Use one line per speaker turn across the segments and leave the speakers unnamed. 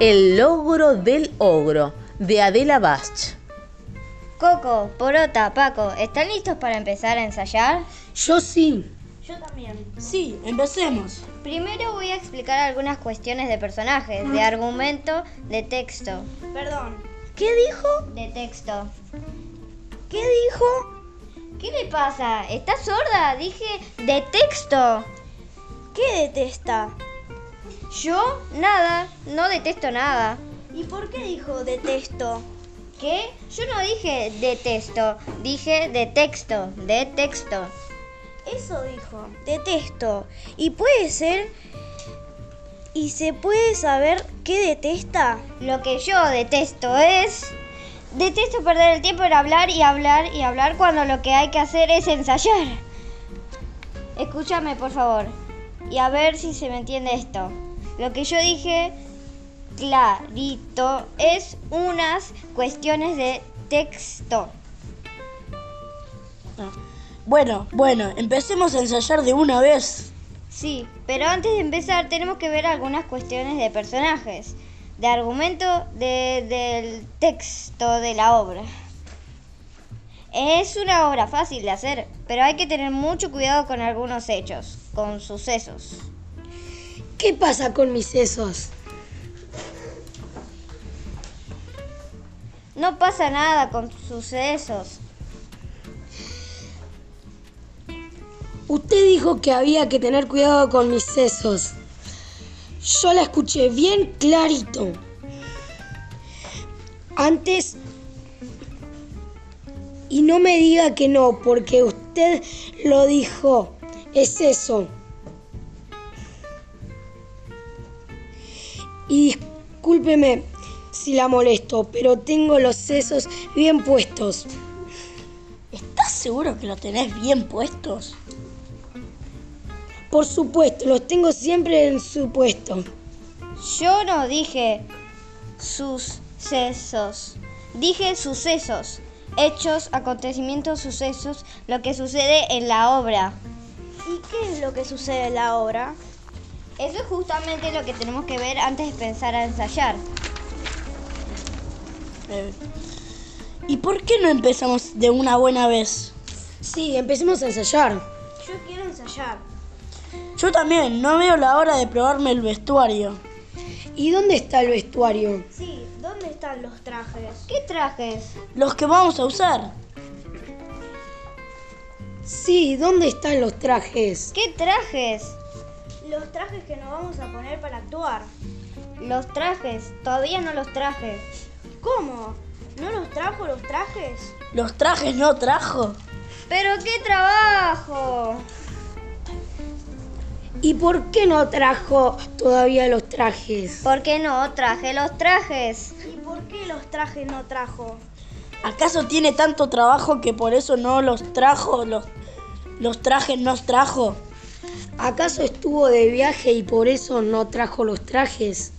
El logro del ogro, de Adela Bach.
Coco, Porota, Paco, ¿están listos para empezar a ensayar?
Yo sí.
Yo también.
Sí, empecemos.
Primero voy a explicar algunas cuestiones de personajes, de argumento, de texto.
Perdón.
¿Qué dijo? De texto.
¿Qué dijo?
¿Qué le pasa? ¿Está sorda? Dije de texto.
¿Qué detesta?
Yo, nada, no detesto nada.
¿Y por qué dijo detesto?
¿Qué? Yo no dije detesto, dije de texto, de texto.
Eso dijo. Detesto. Y puede ser... ¿Y se puede saber qué detesta?
Lo que yo detesto es... Detesto perder el tiempo en hablar y hablar y hablar cuando lo que hay que hacer es ensayar. Escúchame, por favor. Y a ver si se me entiende esto. Lo que yo dije clarito es unas cuestiones de texto.
Bueno, bueno, empecemos a ensayar de una vez.
Sí, pero antes de empezar tenemos que ver algunas cuestiones de personajes, de argumento de- del texto de la obra. Es una obra fácil de hacer, pero hay que tener mucho cuidado con algunos hechos, con sucesos.
¿Qué pasa con mis sesos?
No pasa nada con sucesos.
Usted dijo que había que tener cuidado con mis sesos. Yo la escuché bien clarito. Antes... Y no me diga que no, porque usted lo dijo. Es eso. Y discúlpeme si la molesto, pero tengo los sesos bien puestos.
¿Estás seguro que lo tenés bien puestos?
Por supuesto, los tengo siempre en su puesto.
Yo no dije sucesos. Dije sucesos. Hechos, acontecimientos, sucesos, lo que sucede en la obra.
¿Y qué es lo que sucede en la obra?
Eso es justamente lo que tenemos que ver antes de pensar a ensayar.
Eh, ¿Y por qué no empezamos de una buena vez?
Sí, empecemos a ensayar.
Yo quiero ensayar.
Yo también, no veo la hora de probarme el vestuario.
¿Y dónde está el vestuario?
Sí, ¿dónde están los trajes?
¿Qué trajes?
Los que vamos a usar.
Sí, ¿dónde están los trajes?
¿Qué trajes?
Los trajes que nos vamos a poner para actuar.
Los trajes. Todavía no los trajes.
¿Cómo? ¿No los trajo los trajes?
¿Los trajes no trajo?
Pero qué trabajo.
¿Y por qué no trajo todavía los trajes?
¿Por qué no traje los trajes?
¿Y por qué los trajes no trajo?
¿Acaso tiene tanto trabajo que por eso no los trajo? Los, los trajes nos trajo.
¿Acaso estuvo de viaje y por eso no trajo los trajes?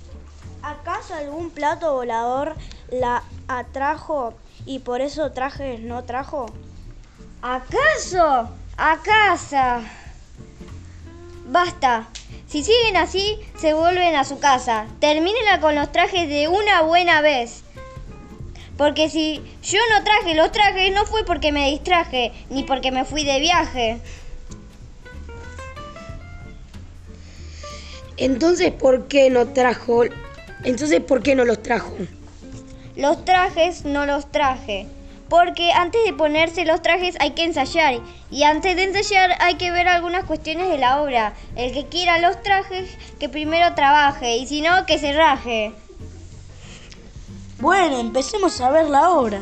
¿Acaso algún plato volador la atrajo y por eso trajes no trajo?
¿Acaso? ¿A casa? Basta. Si siguen así, se vuelven a su casa. Termínenla con los trajes de una buena vez. Porque si yo no traje los trajes, no fue porque me distraje, ni porque me fui de viaje.
Entonces, ¿por qué no trajo? Entonces, ¿por qué no los trajo?
Los trajes no los traje. Porque antes de ponerse los trajes hay que ensayar. Y antes de ensayar hay que ver algunas cuestiones de la obra. El que quiera los trajes, que primero trabaje. Y si no, que se raje.
Bueno, empecemos a ver la obra.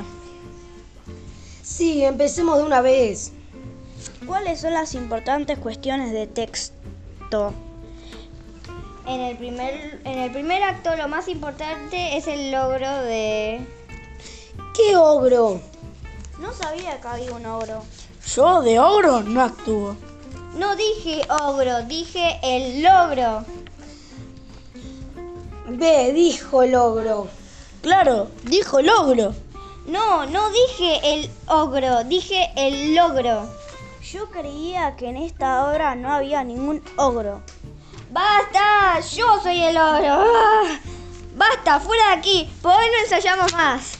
Sí, empecemos de una vez.
¿Cuáles son las importantes cuestiones de texto?
En el, primer, en el primer acto lo más importante es el logro de...
¿Qué ogro?
No sabía que había un ogro.
Yo de ogro no actúo.
No dije ogro, dije el logro.
Ve, dijo el ogro.
Claro, dijo el ogro.
No, no dije el ogro, dije el logro.
Yo creía que en esta obra no había ningún ogro.
¡Basta! ¡Yo soy el ogro! ¡Ah! basta, fuera de aquí. Por hoy no ensayamos más.